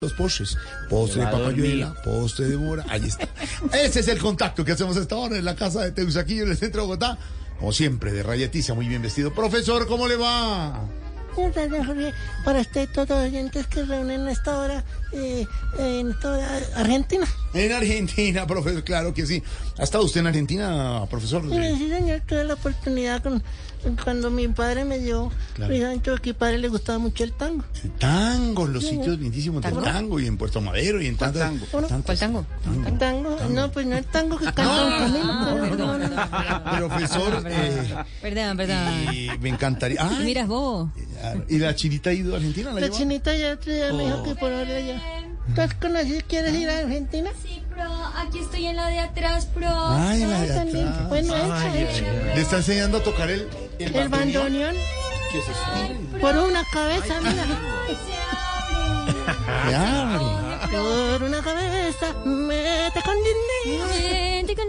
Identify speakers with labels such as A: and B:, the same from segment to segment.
A: Los postres, postre de
B: va a
A: papayuela, postre de mora, ahí está. Ese es el contacto que hacemos hasta ahora en la casa de Teusaquillo, en el centro de Bogotá. Como siempre, de rayetiza, muy bien vestido. Profesor, ¿cómo le va?
C: Para usted, todos los oyentes que reúnen en esta hora, eh, en esta hora, Argentina.
A: En Argentina, profesor, claro que sí. ¿Ha estado usted en Argentina, profesor?
C: Mire, sí, señor, tuve la oportunidad con, cuando mi padre me llevó.
A: Claro.
C: Precisamente porque a mi padre le gustaba mucho el tango.
A: El tango, los sitios lindísimos del tango y en Puerto Madero y en tantas... tango?
D: ¿Cuál tango?
C: El tango, no, pues no el tango que canta Don Camilo. no, no, no.
A: Profesor, eh,
D: Perdón, perdón.
A: y me encantaría... Ah,
D: Y miras bobo.
A: claro. ¿Y la chinita ha ido a Argentina? ¿La
C: La
A: lleva?
C: chinita ya otro día me dijo que por ahora ya. ¿Tú has conocido, quieres ir a Argentina?
E: Sí, pro, aquí estoy en la de atrás, pro.
A: Ay, la
C: Ah,
A: de
C: también.
A: atrás.
C: Bueno, hecho, hecho.
A: Le está enseñando a tocar el...
C: El bandoneón
A: ¿Qué es eso?
C: por una cabeza, mira.
A: Se abre.
C: Por una cabeza, mete con dinero.
E: Gente con-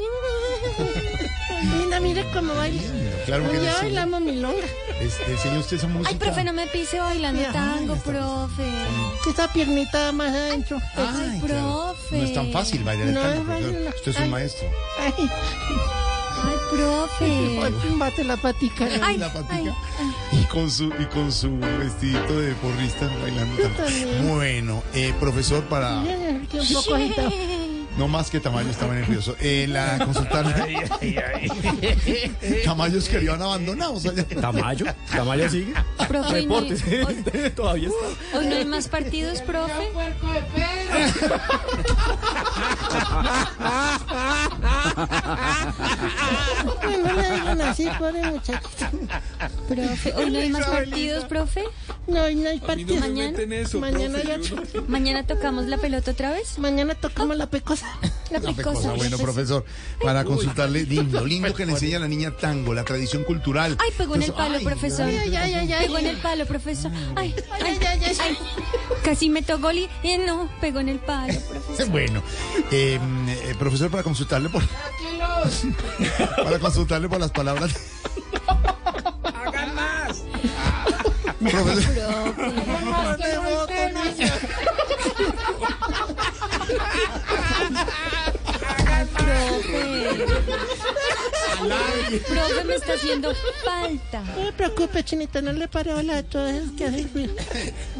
C: Linda, mire cómo baila.
A: Claro que
C: Ya
A: sí.
C: bailamos milonga.
A: Es- le enseñó usted esa música.
E: Ay, profe, no me pise bailando
C: Ay,
E: tango,
A: está
E: profe.
C: Esa piernita más adentro.
A: Ay,
E: profe.
A: claro. No es tan fácil bailar el
C: No,
A: tango,
C: es bailar
A: profesor.
C: una-
A: Usted es un
C: Ay.
A: maestro.
C: Ay,
E: Ay, profe.
C: ay, bate la patica.
E: Ay,
A: la patica.
E: ay,
A: Y con su y con su vestidito de porrista bailando. tango.
C: también.
A: Bueno, eh, profesor para
C: Bien, que un poco agitado.
A: no más que Tamayo estaba nervioso. Eh, la consultaron. Tamayos que habían abandonados allá.
B: ¿Tamayo? ¿Tamayo sigue?
E: Profe, ¿y no hay- hoy,
B: Todavía está.
E: hoy no hay más partidos, profe.
C: Ay, No le digan así, pobre muchachito.
E: Profe, hoy no hay más partidos, profe.
C: No, hoy no hay partido.
E: Mañana,
C: Mañana hay ocho.
E: mañana tocamos la pelota otra vez.
C: Mañana tocamos la pecosa.
E: La picosa.
A: Cosa, bueno, profesor, para consultarle, lindo, lindo que le enseña a la niña tango, la tradición cultural.
E: Ay, pegó en el
A: Entonces,
E: palo,
A: ay,
E: profesor.
A: ay,
C: Ay, ay, ay, ay.
E: Pegó en el palo, profesor. Ay, ay,
C: Ay, ay, ay, ay.
E: Casi me tocó y eh, no, pegó en el palo, profesor.
A: Bueno, eh, eh, profesor, para consultarle por. para consultarle por las palabras. ¡Hagan más! Profesor,
E: Profe. Profe, me está haciendo falta.
C: No me preocupe, chinita, no le paro la de todas esas que hacen ruido.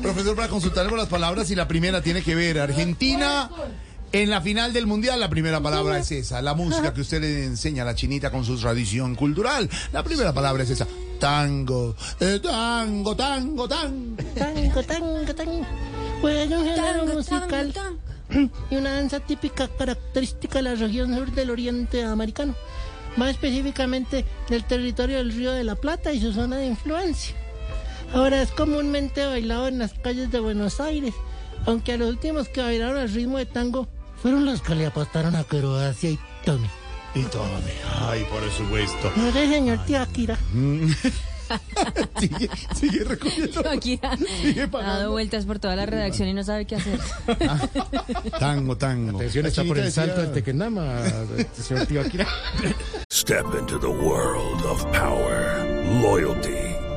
A: profesor, para consultarle por las palabras, y la primera tiene que ver Argentina. En la final del mundial, la primera palabra es esa. La música que usted le enseña a la chinita con su tradición cultural. La primera palabra es esa. Tango, eh, tango, tango, tango.
C: Tango, tango, tango. Pues es un género
E: Tango, tango,
C: musical
E: tango.
C: y una danza típica característica de la región sur del oriente americano, más específicamente del territorio del Río de la Plata y su zona de influencia. Ahora es comúnmente bailado en las calles de Buenos Aires, aunque a los últimos que bailaron al ritmo de tango fueron los que le apostaron a Croacia y Tommy.
A: Y tome. Ay, por supuesto.
C: No sé, señor Tiakira.
A: Sigue, sigue recogiendo.
D: Yo aquí ha,
A: Sigue
D: ha dado
A: pagando.
D: vueltas por toda la redacción y no sabe qué hacer.
A: Tango, tango.
B: Atención, está por el salto del Tequendama, señor Tío Akira.
F: Step into the world of power, loyalty,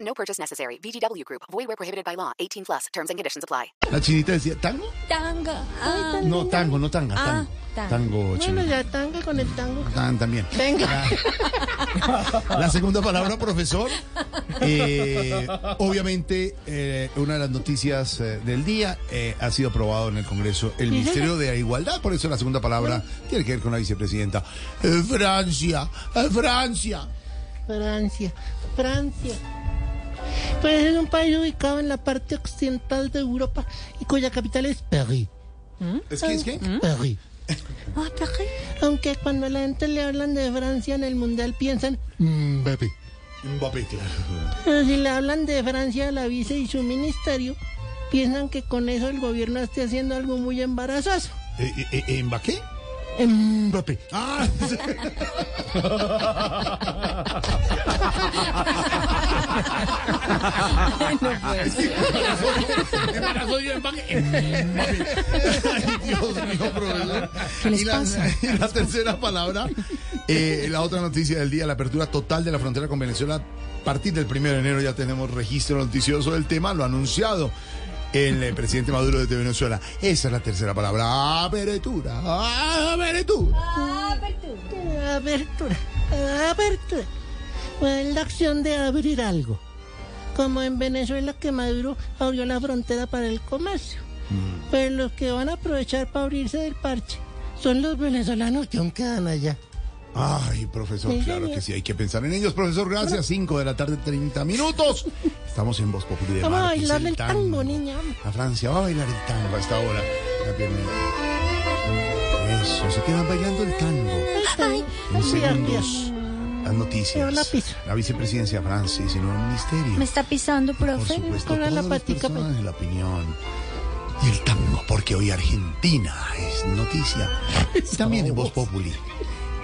G: No
H: No purchase necessary. VGW Group. Void where prohibited by law. 18 plus. Terms and conditions apply.
A: La chinita decía, ¿tango?
E: Tanga. Ah,
A: No, tango, no tanga.
E: Ah,
A: tango,
E: tango.
A: tango
C: Bueno,
A: chinita.
C: ya tanga con el tango.
A: Tan, también.
C: Venga.
A: La segunda palabra, profesor. Eh, obviamente, eh, una de las noticias eh, del día eh, ha sido aprobado en el Congreso el Ministerio de la Igualdad. Por eso la segunda palabra tiene que ver con la vicepresidenta. Eh, Francia, eh, Francia.
C: Francia, Francia. Pues es un país ubicado en la parte occidental de Europa y cuya capital es París.
A: ¿Es que es que?
C: París.
E: ah, París.
C: Aunque cuando a la gente le hablan de Francia en el mundial piensan Mbappé.
A: Mbappé, claro.
C: Pero si le hablan de Francia a la vice y su ministerio, piensan que con eso el gobierno esté haciendo algo muy embarazoso.
A: Eh, eh, eh, ¿Mbappé?
C: Mbappé.
A: Ah, sí. Ay, Dios mío, profesor. y, la, y la tercera palabra, eh, la otra noticia del día, la apertura total de la frontera con Venezuela. A partir del 1 de enero ya tenemos registro noticioso del tema, lo ha anunciado el eh, presidente Maduro de Venezuela. Esa es la tercera palabra, apertura, apertura.
E: Ah,
C: Apertura, apertura. Pues la acción de abrir algo. Como en Venezuela que Maduro abrió la frontera para el comercio. Pero los que van a aprovechar para abrirse del parche son los venezolanos que aún quedan allá.
A: Ay, profesor,
C: Sí,
A: claro
C: señor.
A: que sí, hay que pensar en ellos. Profesor, gracias. 5 de la tarde, 30 minutos. Estamos en Voz Populi de
C: Vamos a
A: Mar, que es
C: bailar el tango, niña.
A: A Francia va a bailar el tango a esta hora. La piernita. Eso, se quedan bailando el tango.
C: Ay,
A: En
C: mira,
A: segundos, las noticias.
C: Pero la piso.
A: La vicepresidencia de Francia y sino el ministerio.
E: Me está pisando,
A: Por
E: profe.
A: supuesto,
C: con la
A: todas las
C: patica,
A: personas de la opinión. Y el tango, porque hoy Argentina es noticia. Y también en Voz Populi.